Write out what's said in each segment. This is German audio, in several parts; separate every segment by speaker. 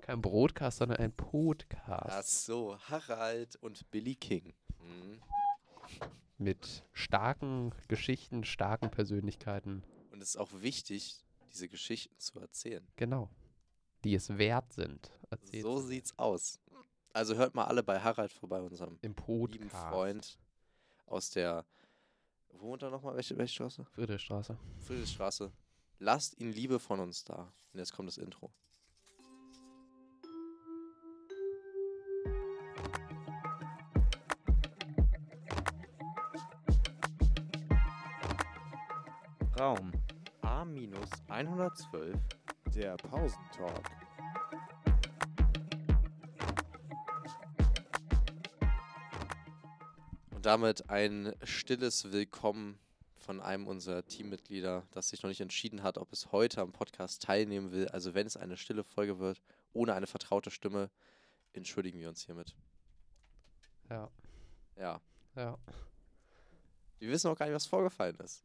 Speaker 1: kein Broadcast, sondern ein Podcast.
Speaker 2: Ach so, Harald und Billy King. Mhm.
Speaker 1: Mit starken Geschichten, starken Persönlichkeiten.
Speaker 2: Und es ist auch wichtig, diese Geschichten zu erzählen.
Speaker 1: Genau. Die es wert sind. Also erzählt
Speaker 2: so
Speaker 1: zu werden.
Speaker 2: sieht's aus. Also hört mal alle bei Harald vorbei, unserem
Speaker 1: Im
Speaker 2: lieben
Speaker 1: Podcast.
Speaker 2: Freund aus der. Wo wohnt er nochmal? Welche, welche Straße?
Speaker 1: Friedrichstraße.
Speaker 2: Friedrichstraße. Lasst ihn Liebe von uns da. Und jetzt kommt das Intro.
Speaker 3: Raum,
Speaker 2: A-112.
Speaker 4: Der Pausentalk.
Speaker 2: Und damit ein stilles Willkommen von einem unserer Teammitglieder, das sich noch nicht entschieden hat, ob es heute am Podcast teilnehmen will. Also wenn es eine stille Folge wird, ohne eine vertraute Stimme, entschuldigen wir uns hiermit.
Speaker 1: Ja,
Speaker 2: Ja.
Speaker 1: ja.
Speaker 2: Wir wissen auch gar nicht, was vorgefallen ist.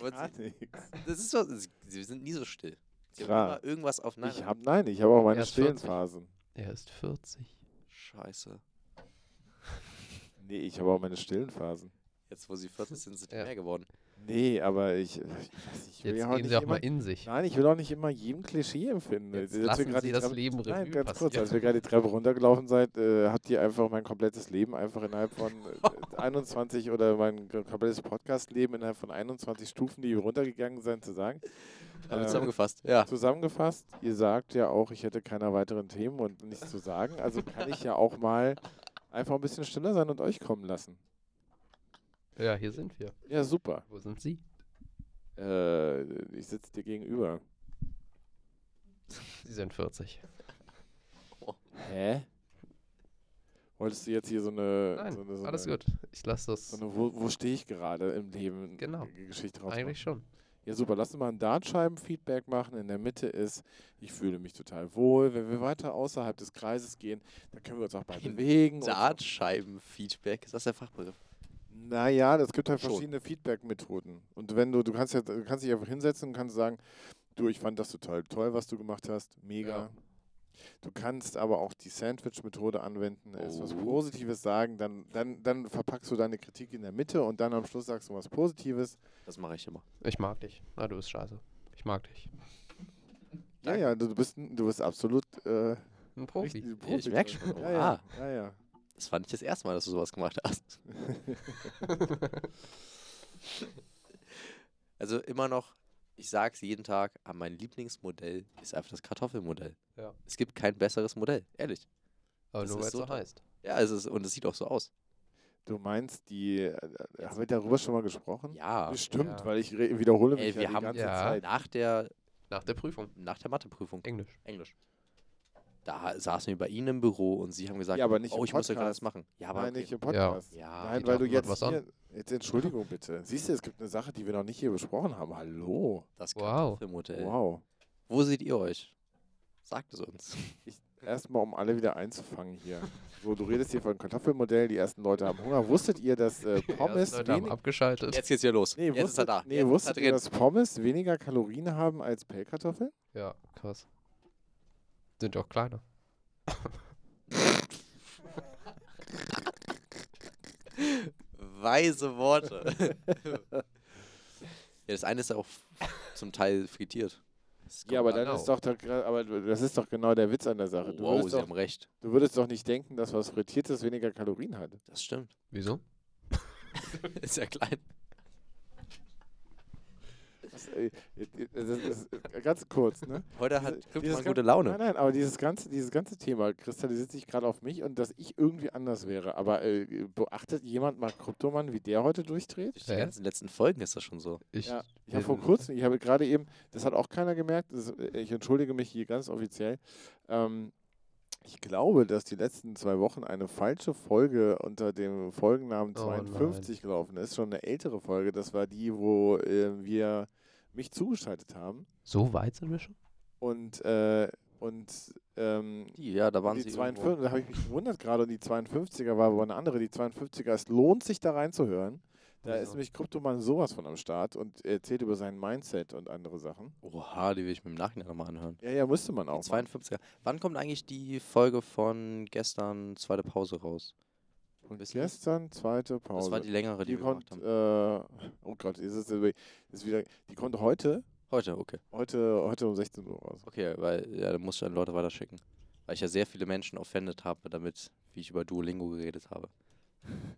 Speaker 2: Aber
Speaker 4: Gar
Speaker 2: sie-
Speaker 4: nichts.
Speaker 2: Das ist so, sie- wir sind nie so still. Sie haben
Speaker 4: Klar.
Speaker 2: immer irgendwas auf
Speaker 4: Ich
Speaker 2: Nein.
Speaker 4: hab, nein, ich habe auch meine
Speaker 1: Erst
Speaker 4: stillen
Speaker 1: 40.
Speaker 4: Phasen.
Speaker 1: Er ist 40.
Speaker 2: Scheiße.
Speaker 4: Nee, ich habe auch meine stillen Phasen.
Speaker 2: Jetzt, wo sie 14 sind, sind die
Speaker 1: Ja.
Speaker 2: mehr geworden.
Speaker 4: Nee, aber ich, ich, weiß, ich will
Speaker 1: Jetzt
Speaker 4: ja auch
Speaker 1: gehen
Speaker 4: nicht
Speaker 1: sie auch
Speaker 4: immer,
Speaker 1: mal in sich.
Speaker 4: Nein, ich will auch nicht immer jedem Klischee empfinden.
Speaker 1: Jetzt
Speaker 4: Als wir
Speaker 1: lassen
Speaker 4: gerade
Speaker 1: Sie
Speaker 4: die
Speaker 1: das
Speaker 4: Treppe-
Speaker 1: Leben Revue
Speaker 4: Nein, ganz kurz.
Speaker 1: passieren.
Speaker 4: Als wir gerade die Treppe runtergelaufen seid, äh, habt ihr einfach mein komplettes Leben einfach innerhalb von äh, 21 oder mein ge- komplettes Podcast-Leben innerhalb von 21 Stufen, die wir runtergegangen sind, zu sagen.
Speaker 2: Haben wir
Speaker 4: Ähm,
Speaker 2: zusammengefasst. Ja.
Speaker 4: Zusammengefasst, ihr sagt ja auch, ich hätte keiner weiteren Themen und nichts zu sagen. Also kann ich ja auch mal einfach ein bisschen stiller sein und euch kommen lassen.
Speaker 1: Ja, hier sind wir.
Speaker 4: Ja, super.
Speaker 1: Wo sind sie?
Speaker 4: Äh, ich sitze dir gegenüber.
Speaker 1: Sie sind 40.
Speaker 4: Hä? Wolltest du jetzt hier so eine.
Speaker 1: Nein,
Speaker 4: so eine, so
Speaker 1: alles
Speaker 4: eine,
Speaker 1: gut. Ich lasse
Speaker 4: So
Speaker 1: das.
Speaker 4: eine, wo wo stehe ich gerade im Leben?
Speaker 1: Genau.
Speaker 4: G- Geschichte draus.
Speaker 1: Eigentlich schon.
Speaker 4: Ja, super. Lass uns mal ein Dartscheibenfeedback machen. In der Mitte ist, ich fühle mich total wohl. Wenn wir weiter außerhalb des Kreises gehen, dann können wir uns auch mal
Speaker 2: Ein
Speaker 4: bewegen. und-
Speaker 2: Dartscheibenfeedback, ist das der Fachbegriff?
Speaker 4: Naja, es gibt halt
Speaker 2: Schon.
Speaker 4: verschiedene Feedback-Methoden. Und wenn du, du kannst ja, du kannst dich einfach hinsetzen und kannst sagen, du, ich fand das total toll, was du gemacht hast, mega.
Speaker 1: Ja.
Speaker 4: Du kannst aber auch die Sandwich-Methode anwenden, ist was
Speaker 2: Oh.
Speaker 4: Positives sagen, dann, dann, dann verpackst du deine Kritik in der Mitte und dann am Schluss sagst du was Positives.
Speaker 2: Das mache ich immer.
Speaker 1: Ich mag dich. Na, du bist scheiße. Ich mag dich.
Speaker 4: Ja, ja, du bist, ein- du bist absolut äh,
Speaker 1: Ein Profi.
Speaker 4: richtig ein
Speaker 2: Ja, ich merk schon.
Speaker 4: Ja, ja,
Speaker 2: Oha.
Speaker 4: ja, ja.
Speaker 2: Das fand ich das erste Mal, dass du sowas gemacht hast. also immer noch, ich sage es jeden Tag, aber mein Lieblingsmodell ist einfach das Kartoffelmodell.
Speaker 1: Ja.
Speaker 2: Es gibt kein besseres Modell, ehrlich.
Speaker 1: Aber
Speaker 2: Das
Speaker 1: nur
Speaker 2: ist
Speaker 1: weil es
Speaker 2: so
Speaker 1: so
Speaker 2: toll.
Speaker 1: heißt.
Speaker 2: Ja, es ist, und es sieht auch so aus.
Speaker 4: Du meinst die, äh, äh, haben wir darüber schon mal gesprochen?
Speaker 2: Ja.
Speaker 4: Bestimmt,
Speaker 1: Ja.
Speaker 4: weil ich re- wiederhole mich
Speaker 2: Ey, wir
Speaker 4: ja die
Speaker 2: haben-
Speaker 4: ganze
Speaker 1: Ja.
Speaker 4: Zeit.
Speaker 2: Nach der,
Speaker 1: Nach der Prüfung.
Speaker 2: nach der Matheprüfung,
Speaker 1: Englisch.
Speaker 2: Englisch. Da saßen wir bei Ihnen im Büro und Sie haben gesagt,
Speaker 4: Ja, aber nicht
Speaker 2: oh,
Speaker 4: im
Speaker 2: ich muss ja gerade das
Speaker 4: Podcast.
Speaker 2: machen. Ja, aber
Speaker 4: Nein,
Speaker 2: okay.
Speaker 4: nicht im Podcast.
Speaker 2: Ja,
Speaker 4: Nein,
Speaker 2: geht
Speaker 4: weil
Speaker 2: auch.
Speaker 4: du
Speaker 1: jemand
Speaker 4: jetzt
Speaker 1: was an?
Speaker 4: hier, jetzt Entschuldigung bitte. Siehst du, es gibt eine Sache, die wir noch nicht hier besprochen haben. Hallo.
Speaker 2: das
Speaker 1: Wow.
Speaker 2: Kartoffelmodell.
Speaker 4: Wow.
Speaker 2: Wo seht ihr euch? Sagt es uns.
Speaker 4: Ich, erstmal, um alle wieder einzufangen hier. So, du redest hier von Kartoffelmodell, die ersten Leute haben Hunger. Wusstet ihr, dass äh,
Speaker 1: Die ersten
Speaker 4: Pommes
Speaker 1: Leute haben
Speaker 4: wenig-
Speaker 1: abgeschaltet.
Speaker 2: Jetzt geht's hier los.
Speaker 4: Nee,
Speaker 2: jetzt ist er
Speaker 4: wusstet,
Speaker 2: da.
Speaker 4: nee,
Speaker 2: jetzt ist er
Speaker 4: wusstet ihr,
Speaker 2: drin.
Speaker 4: dass Pommes weniger Kalorien haben als Pellkartoffeln?
Speaker 1: Ja, krass. Sind auch kleiner.
Speaker 2: Weise Worte. ja, das eine ist ja auch zum Teil frittiert. Das
Speaker 4: Ja, aber
Speaker 2: kommt
Speaker 4: dann
Speaker 1: genau.
Speaker 4: ist doch, der, gra- aber das ist doch genau der Witz an der Sache.
Speaker 2: an-
Speaker 4: Du,
Speaker 2: Wow,
Speaker 4: würdest
Speaker 2: Sie
Speaker 4: doch,
Speaker 2: haben recht.
Speaker 4: du würdest doch nicht denken, dass was Frittiertes weniger Kalorien hat.
Speaker 2: Das stimmt.
Speaker 1: Wieso?
Speaker 2: ist ja klein.
Speaker 4: Das, äh, das ist, ganz kurz, ne?
Speaker 2: Heute
Speaker 4: Diese-
Speaker 2: hat
Speaker 4: dieses
Speaker 2: Krypton
Speaker 4: gan-
Speaker 2: gute Laune.
Speaker 4: Nein, nein, aber dieses ganze, dieses ganze Thema kristallisiert sich gerade auf mich und dass ich irgendwie anders wäre. Aber äh, beachtet jemand mal Kryptomann, wie der heute durchdreht?
Speaker 2: Durch die
Speaker 1: Hä?
Speaker 2: ganzen letzten Folgen ist das schon so.
Speaker 1: Ich,
Speaker 4: Ja, ich habe vor kurzem, ich habe gerade eben, das hat auch keiner gemerkt, das, äh, ich entschuldige mich hier ganz offiziell. Ähm, ich glaube, dass die letzten zwei Wochen eine falsche Folge unter dem Folgennamen
Speaker 1: Oh
Speaker 4: 52 gelaufen ist. Schon eine ältere Folge, das war die, wo äh, wir mich zugeschaltet haben.
Speaker 1: So weit sind wir schon?
Speaker 4: Und, äh, und ähm,
Speaker 2: Die, ja, da waren
Speaker 4: die
Speaker 2: sie.
Speaker 4: 52, da habe ich mich gewundert gerade, und die 52er war aber eine andere. Die 52er, es lohnt sich da reinzuhören. Da ist nämlich Kryptoman sowas von am Start und erzählt über sein Mindset und andere Sachen.
Speaker 2: Oha, die will ich mir im Nachhinein nochmal anhören.
Speaker 4: Ja, ja, musste man auch. ne? machen.
Speaker 2: 52er. Wann kommt eigentlich die Folge von gestern, zweite Pause raus?
Speaker 4: Und
Speaker 2: Wissen wir's?
Speaker 4: gestern zweite Pause.
Speaker 2: Das war die längere, die,
Speaker 4: die
Speaker 2: wir
Speaker 4: kommt,
Speaker 2: gemacht haben.
Speaker 4: äh, oh Gott, ist es ist es wieder, die kommt heute,
Speaker 2: Heute, okay.
Speaker 4: heute, heute um 16 Uhr raus.
Speaker 2: Okay, weil ja, dann musst du an Leute weiterschicken. Weil ich ja sehr viele Menschen offendet habe, damit, wie ich über Duolingo geredet habe.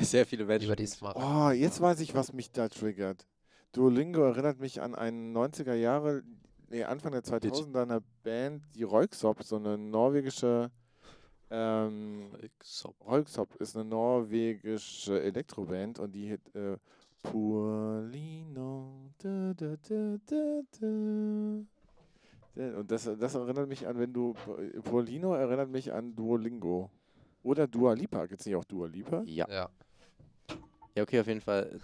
Speaker 2: sehr viele Menschen.
Speaker 1: Über die Smart.
Speaker 4: Oh, jetzt weiß ich, was mich da triggert. Duolingo erinnert mich an einen 90er Jahre, nee, Anfang der 2000er eine Band, die Royksop, so eine norwegische, ähm,
Speaker 2: So,
Speaker 4: Royksop ist eine norwegische Elektroband und die hit, äh, Purlino. Da, da, da, da, da. Da- Und das, das erinnert mich an, wenn du. Purlino erinnert mich an Duolingo. Oder Dua Lipa. Gibt es nicht auch Dua Lipa?
Speaker 2: Ja.
Speaker 1: Ja.
Speaker 2: Ja, okay, auf jeden Fall. äh,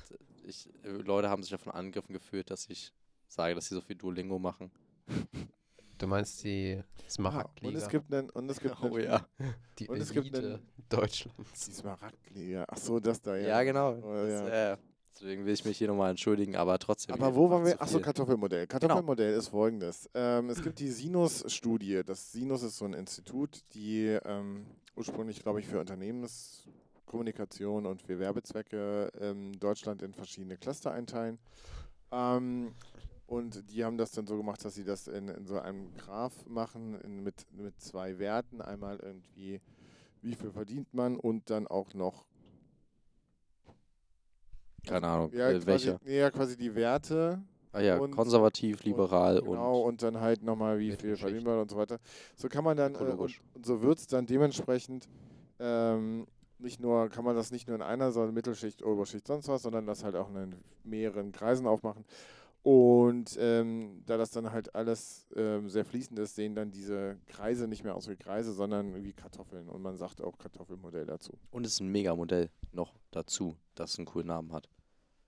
Speaker 2: Ich, äh, Leute haben sich davon angegriffen gefühlt, dass ich sage, dass sie so viel Duolingo machen.
Speaker 1: Du meinst die
Speaker 4: Ah, und es
Speaker 1: Smaragdliga,
Speaker 4: gibt einen. Und es gibt einen,
Speaker 2: Oh ja.
Speaker 1: die
Speaker 4: und es
Speaker 1: Elite
Speaker 4: gibt einen-
Speaker 1: Deutschlands.
Speaker 4: Die Smaragdliga. Ach so, das da, ja.
Speaker 2: Ja, genau.
Speaker 4: Oh,
Speaker 2: Das,
Speaker 4: ja.
Speaker 2: äh, deswegen will ich mich hier nochmal entschuldigen, aber trotzdem.
Speaker 4: Aber
Speaker 2: hier
Speaker 4: wo waren
Speaker 2: macht's
Speaker 4: wir?
Speaker 2: zu
Speaker 4: Achso,
Speaker 2: viel. Genau.
Speaker 4: Kartoffelmodell. Kartoffelmodell ist folgendes. Ähm, es gibt die Sinus-Studie. Das Sinus ist so ein Institut, die ähm, ursprünglich, glaube ich, für Unternehmenskommunikation und für Werbezwecke ähm, Deutschland in verschiedene Cluster einteilen. Ähm, und die haben das dann so gemacht, dass sie das in, in so einem Graph machen in, mit, mit zwei Werten. Einmal irgendwie, wie viel verdient man und dann auch noch
Speaker 2: Keine Ahnung.
Speaker 4: ja,
Speaker 2: äh, welche?
Speaker 4: quasi, nee, ja, quasi die Werte.
Speaker 2: Ah, ja,
Speaker 4: und-
Speaker 2: konservativ, liberal
Speaker 4: und, genau,
Speaker 2: Äh, und.
Speaker 4: und dann halt nochmal, wie viel
Speaker 1: Mittelschicht.
Speaker 4: verdient man und so weiter. So kann man dann, äh, und,
Speaker 2: Ökologisch.
Speaker 4: und so wird es dann dementsprechend ähm, nicht nur, kann man das nicht nur in einer, sondern Mittelschicht, Oberschicht, sonst was, sondern das halt auch in mehreren Kreisen aufmachen. Und ähm, da das dann halt alles ähm, sehr fließend ist, sehen dann diese Kreise nicht mehr aus wie Kreise, sondern wie Kartoffeln. Und man sagt auch Kartoffelmodell dazu.
Speaker 2: Und es ist ein Megamodell noch dazu, das einen coolen Namen hat.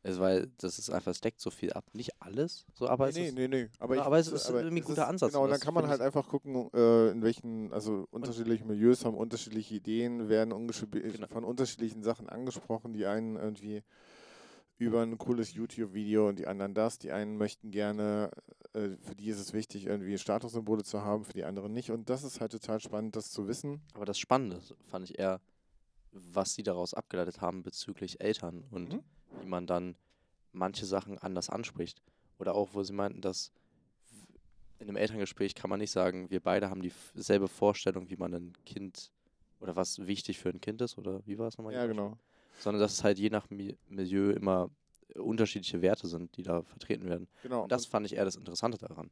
Speaker 2: Es, weil das ist einfach, es deckt so viel ab. Nicht alles, so, aber es
Speaker 4: nee,
Speaker 2: ist.
Speaker 4: nee, nee. Aber,
Speaker 2: Ja,
Speaker 4: ich,
Speaker 2: aber es ist irgendwie ein
Speaker 4: es
Speaker 2: guter Ansatz
Speaker 4: Genau,
Speaker 2: und
Speaker 4: und dann
Speaker 2: das
Speaker 4: kann man
Speaker 2: finde
Speaker 4: halt
Speaker 2: ich-
Speaker 4: einfach gucken, äh, in welchen, also unterschiedliche Milieus haben unterschiedliche Ideen, werden ungesch-
Speaker 2: Genau.
Speaker 4: von unterschiedlichen Sachen angesprochen. Die einen irgendwie über ein cooles YouTube-Video und die anderen das. Die einen möchten gerne, äh, für die ist es wichtig, irgendwie Statussymbole zu haben, für die anderen nicht. Und das ist halt total spannend, das zu wissen.
Speaker 2: Aber das Spannende fand ich eher, was sie daraus abgeleitet haben bezüglich Eltern und
Speaker 4: Mhm.
Speaker 2: wie man dann manche Sachen anders anspricht. Oder auch, wo sie meinten, dass in einem Elterngespräch kann man nicht sagen, wir beide haben dieselbe Vorstellung, wie man ein Kind oder was wichtig für ein Kind ist oder wie war es nochmal?
Speaker 4: Ja,
Speaker 2: genau
Speaker 4: genau.
Speaker 2: sondern dass es halt je nach Mi Milieu immer äh, unterschiedliche Werte sind, die da vertreten werden.
Speaker 4: genau.
Speaker 2: Und das fand ich eher das Interessante daran.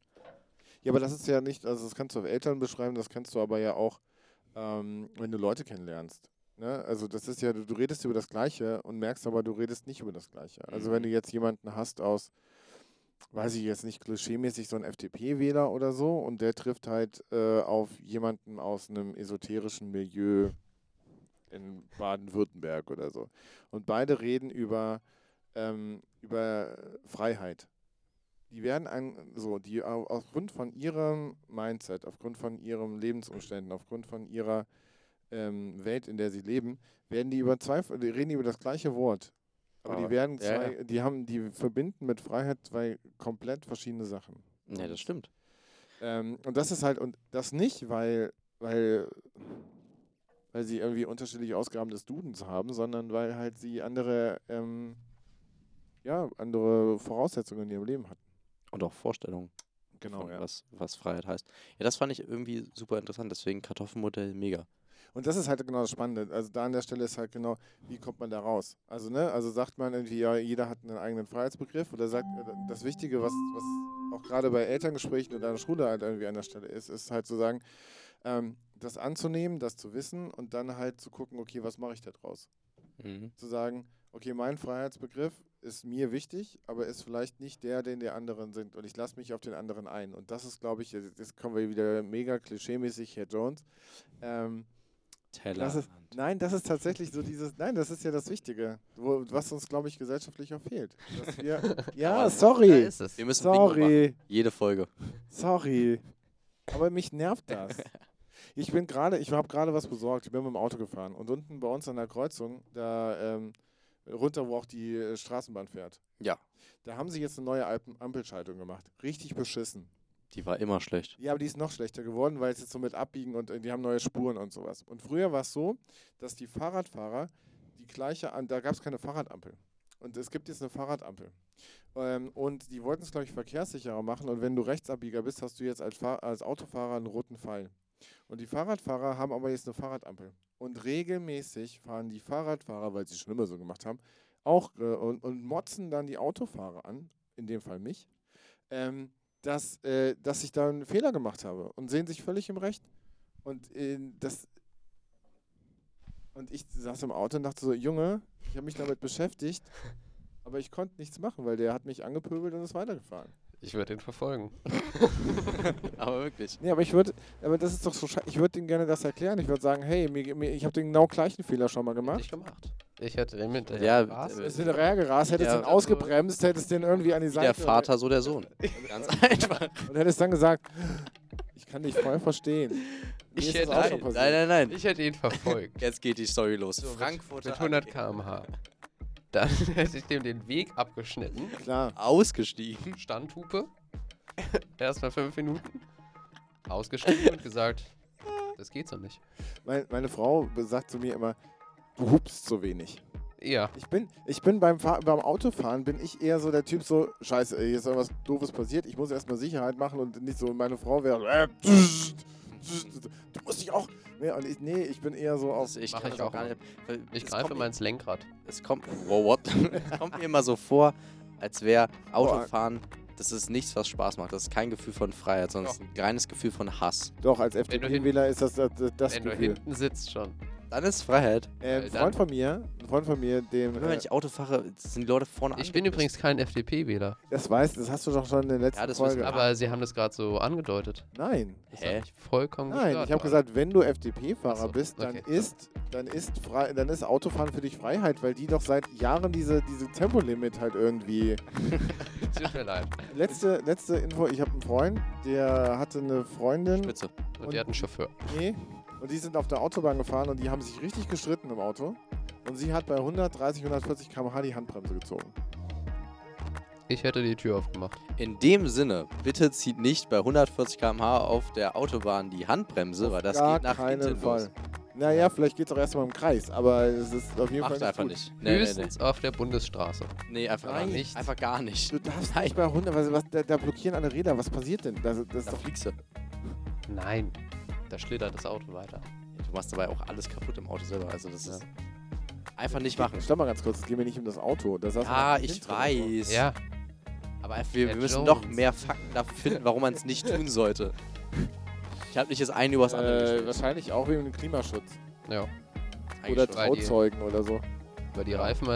Speaker 4: Ja, aber das ist ja nicht, also das kannst du auf Eltern beschreiben, das kannst du aber ja auch, ähm, wenn du Leute kennenlernst. Ne? Also das ist ja, du, du redest über das Gleiche und merkst aber, du redest nicht über das Gleiche. Also wenn du jetzt jemanden hast aus, weiß ich jetzt nicht, klischeemäßig so ein FDP-Wähler oder so und der trifft halt äh, auf jemanden aus einem esoterischen Milieu in Baden-Württemberg oder so. Und beide reden über, ähm, über Freiheit die werden ein, so, die au- aufgrund von ihrem Mindset, aufgrund von ihren Lebensumständen, aufgrund von ihrer ähm, Welt, in der sie leben, werden die über zwei, die reden über das gleiche Wort. Aber die
Speaker 2: Aber-
Speaker 4: werden
Speaker 2: Oh, ja,
Speaker 4: zwei, die haben, die verbinden mit Freiheit zwei komplett verschiedene Sachen.
Speaker 2: Ja, das stimmt.
Speaker 4: Ähm, und das ist halt, und das nicht, weil, weil, weil sie irgendwie unterschiedliche Ausgaben des Dudens haben, sondern weil halt sie andere, ähm, ja, andere Voraussetzungen in ihrem Leben hatten.
Speaker 2: Und auch Vorstellungen,
Speaker 4: Genau,
Speaker 2: von was, was Freiheit heißt. Ja, das fand ich irgendwie super interessant, deswegen Kartoffelmodell mega.
Speaker 4: Und das ist halt genau das Spannende. Also da an der Stelle ist halt genau, wie kommt man da raus? Also, ne, also sagt man irgendwie, ja, jeder hat einen eigenen Freiheitsbegriff oder sagt, äh, das Wichtige, was, was auch gerade bei Elterngesprächen oder an der Schule halt irgendwie an der Stelle ist, ist halt zu sagen, ähm, das anzunehmen, das zu wissen und dann halt zu gucken, okay, was mache ich da draus?
Speaker 2: Mhm.
Speaker 4: Zu sagen, okay, mein Freiheitsbegriff ist mir wichtig, aber ist vielleicht nicht der, den der anderen sind. Und ich lasse mich auf den anderen ein. Und das ist, glaube ich, jetzt jetzt kommen wir wieder mega klischeemäßig, Herr Jones. Ähm,
Speaker 2: Teller.
Speaker 4: ist- Nein, das ist tatsächlich so dieses. Nein, das ist ja das Wichtige, wo, was uns, glaube ich, gesellschaftlich auch fehlt. Dass wir, ja,
Speaker 2: Aber
Speaker 1: Da
Speaker 4: sorry.
Speaker 1: ist es.
Speaker 2: Wir müssen Bingo machen.
Speaker 4: Sorry.
Speaker 2: Jede Folge.
Speaker 4: Sorry. Aber mich nervt das. Ich bin gerade, ich habe gerade was besorgt. Ich bin mit dem Auto gefahren und unten bei uns an der Kreuzung, da ähm, runter, wo auch die äh, Straßenbahn fährt.
Speaker 2: Ja.
Speaker 4: Da haben sie jetzt eine neue Alpen Ampelschaltung gemacht. Richtig beschissen.
Speaker 2: Die war immer schlecht.
Speaker 4: Ja, aber die ist noch schlechter geworden, weil es jetzt so mit Abbiegen und äh, die haben neue Spuren und sowas. Und früher war es so, dass die Fahrradfahrer die gleiche, an da gab es keine Fahrradampel. Und es gibt jetzt eine Fahrradampel. Ähm, und die wollten es, glaube ich, verkehrssicherer machen. Und wenn du Rechtsabbieger bist, hast du jetzt als, Fahr als Autofahrer einen roten Pfeil. Und die Fahrradfahrer haben aber jetzt eine Fahrradampel. Und regelmäßig fahren die Fahrradfahrer, weil sie schon immer so gemacht haben, auch äh, und, und motzen dann die Autofahrer an, in dem Fall mich, ähm, dass, äh, dass ich da einen Fehler gemacht habe und sehen sich völlig im Recht. Und äh, das. Und ich saß im Auto und dachte so, Junge, ich habe mich damit beschäftigt, aber ich konnte nichts machen, weil der hat mich angepöbelt und ist weitergefahren.
Speaker 1: Ich würde ihn verfolgen.
Speaker 2: Aber wirklich.
Speaker 4: Nee, aber ich würde, aber das ist doch so, sche- ich würde ihm gerne das erklären. Ich würde sagen, hey, mir, ge- mir, ich habe den genau gleichen Fehler schon mal gemacht.
Speaker 1: Nicht gemacht. Ich hätte den mit.
Speaker 2: Ja,
Speaker 1: was?
Speaker 2: äh,
Speaker 4: Es ist hinterher gerast, hättest
Speaker 2: Ja,
Speaker 4: den
Speaker 2: also-
Speaker 4: ausgebremst, hättest den irgendwie an die
Speaker 2: Wie der
Speaker 4: Seite.
Speaker 2: Vater, so der Sohn. Ganz einfach.
Speaker 4: Und hättest dann gesagt, ich kann dich voll verstehen. Mir
Speaker 2: Ich
Speaker 4: ist
Speaker 2: hätte, halt
Speaker 4: das
Speaker 2: nein,
Speaker 4: auch schon
Speaker 2: nein,
Speaker 4: passiert.
Speaker 2: nein, nein.
Speaker 1: Ich hätte ihn verfolgt.
Speaker 2: Jetzt geht die Story los.
Speaker 1: So, mit-
Speaker 2: Frankfurter
Speaker 1: Mit 100
Speaker 2: Allee.
Speaker 1: km/h. Dann hätte ich dem den Weg abgeschnitten.
Speaker 4: Klar.
Speaker 2: Ausgestiegen.
Speaker 1: Standhupe. Erstmal fünf Minuten. Ausgestiegen und gesagt, das geht so nicht.
Speaker 4: Mein, meine Frau sagt zu mir immer, du hupst so wenig.
Speaker 1: Ja.
Speaker 4: Ich bin, ich bin beim, Fahr beim Autofahren bin ich eher so der Typ so, scheiße, ey, hier ist irgendwas Doofes passiert, ich muss erstmal Sicherheit machen und nicht so, meine Frau wäre so, äh, tsch, tsch, tsch, du musst dich auch, nee, und ich, nee, ich bin eher so auf,
Speaker 2: Das- Ich
Speaker 1: Mach
Speaker 2: kann
Speaker 1: ich
Speaker 2: das auch
Speaker 1: auch
Speaker 2: gar nicht. weil
Speaker 1: Ich
Speaker 2: es
Speaker 1: greife
Speaker 2: kommt
Speaker 1: immer ins Lenkrad.
Speaker 2: Es kommt, wow, what? es kommt mir immer so vor, als wäre Autofahren, das ist nichts, was Spaß macht. Das ist kein Gefühl von Freiheit, sondern es ist ein reines Gefühl von Hass.
Speaker 4: doch, als
Speaker 1: du hin-
Speaker 4: FDP-Wähler ist das das, das
Speaker 1: Wenn du
Speaker 4: Gefühl.
Speaker 1: hinten sitzt schon.
Speaker 2: Dann ist Freiheit.
Speaker 1: Äh,
Speaker 4: Äh, ein
Speaker 1: dann-
Speaker 4: Freund von mir, ein Freund von mir, dem,
Speaker 2: Immer wenn
Speaker 4: äh,
Speaker 2: ich Auto fahre, sind die Leute vorne
Speaker 1: Ich bin
Speaker 2: angepisst.
Speaker 1: übrigens kein FDP-Wähler,
Speaker 4: das weißt, das hast du doch schon in der letzten
Speaker 2: das wissen
Speaker 4: Folge.
Speaker 2: wir.
Speaker 1: aber sie haben das gerade so angedeutet.
Speaker 4: Nein,
Speaker 1: Das
Speaker 2: Hä?
Speaker 1: hat mich vollkommen
Speaker 4: nein,
Speaker 1: gestört,
Speaker 4: ich habe
Speaker 1: vor allem.
Speaker 4: gesagt, wenn du FDP-Fahrer
Speaker 1: Ach so,
Speaker 4: bist, dann
Speaker 1: okay.
Speaker 4: ist, dann ist frei, dann ist Autofahren für dich Freiheit, weil die doch seit Jahren diese, diese Tempolimit halt irgendwie
Speaker 1: Tut mir leid.
Speaker 4: Letzte, letzte Info, ich habe einen Freund, der hatte eine Freundin.
Speaker 2: Spitze.
Speaker 1: Und,
Speaker 4: Und-
Speaker 1: der hat einen Chauffeur.
Speaker 4: Nee, und die sind auf der Autobahn gefahren und die haben sich richtig gestritten im Auto. Und sie hat bei 130, 140 km/h die Handbremse gezogen.
Speaker 1: Ich hätte die Tür aufgemacht.
Speaker 2: In dem Sinne, bitte zieht nicht bei 140 km/h auf der Autobahn die Handbremse, weil das
Speaker 4: Gar
Speaker 2: geht nach hinten
Speaker 4: keinen Fall.
Speaker 2: los.
Speaker 4: Naja, vielleicht geht es auch erstmal im Kreis, aber es ist auf jeden
Speaker 2: Macht
Speaker 4: Fall
Speaker 2: einfach
Speaker 4: gut.
Speaker 2: nicht. Nee, nee, nee.
Speaker 1: Höchstens auf der Bundesstraße.
Speaker 2: nee einfach gar
Speaker 1: Nein.
Speaker 2: nicht. Einfach gar nicht.
Speaker 4: Du darfst nicht bei 100, was, was, da, da blockieren alle Räder, was passiert denn? Das, das ist
Speaker 2: Da
Speaker 4: doch,
Speaker 2: fliegst du.
Speaker 1: Nein. Da schlittert das Auto weiter.
Speaker 2: Du machst dabei auch alles kaputt im Auto selber. Also das ist einfach nicht machen.
Speaker 4: Stopp mal ganz kurz, es geht mir nicht um das Auto. Das saß
Speaker 2: Ja,
Speaker 4: ein Kind
Speaker 2: Ah, ich
Speaker 4: drin.
Speaker 2: weiß.
Speaker 1: Ja.
Speaker 2: Aber einfach, wir, wir
Speaker 1: Herr
Speaker 2: müssen
Speaker 1: Jones.
Speaker 2: noch mehr Fakten dafür finden, warum man es nicht tun sollte. Ich habe nicht das eine über das andere
Speaker 4: Äh,
Speaker 2: gestellt.
Speaker 4: wahrscheinlich auch wegen dem Klimaschutz.
Speaker 1: Ja.
Speaker 2: Eigentlich
Speaker 4: Oder
Speaker 2: schon.
Speaker 1: weil die-
Speaker 4: Trauzeugen oder so.
Speaker 1: Weil die Reifen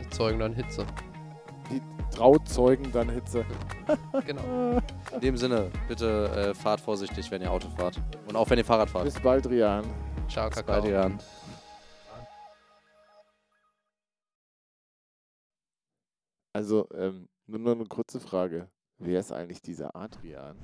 Speaker 1: erzeugen dann Hitze.
Speaker 4: Trauzeugen dann Hitze.
Speaker 1: Genau.
Speaker 2: In dem Sinne, bitte äh, fahrt vorsichtig, wenn ihr Auto fahrt. Und auch wenn ihr Fahrrad fahrt.
Speaker 4: Bis bald, Rian.
Speaker 1: Ciao,
Speaker 2: Bis
Speaker 1: Kakao.
Speaker 2: Jan.
Speaker 4: Also, ähm, nur noch eine kurze Frage. Wer ist eigentlich dieser Adrian?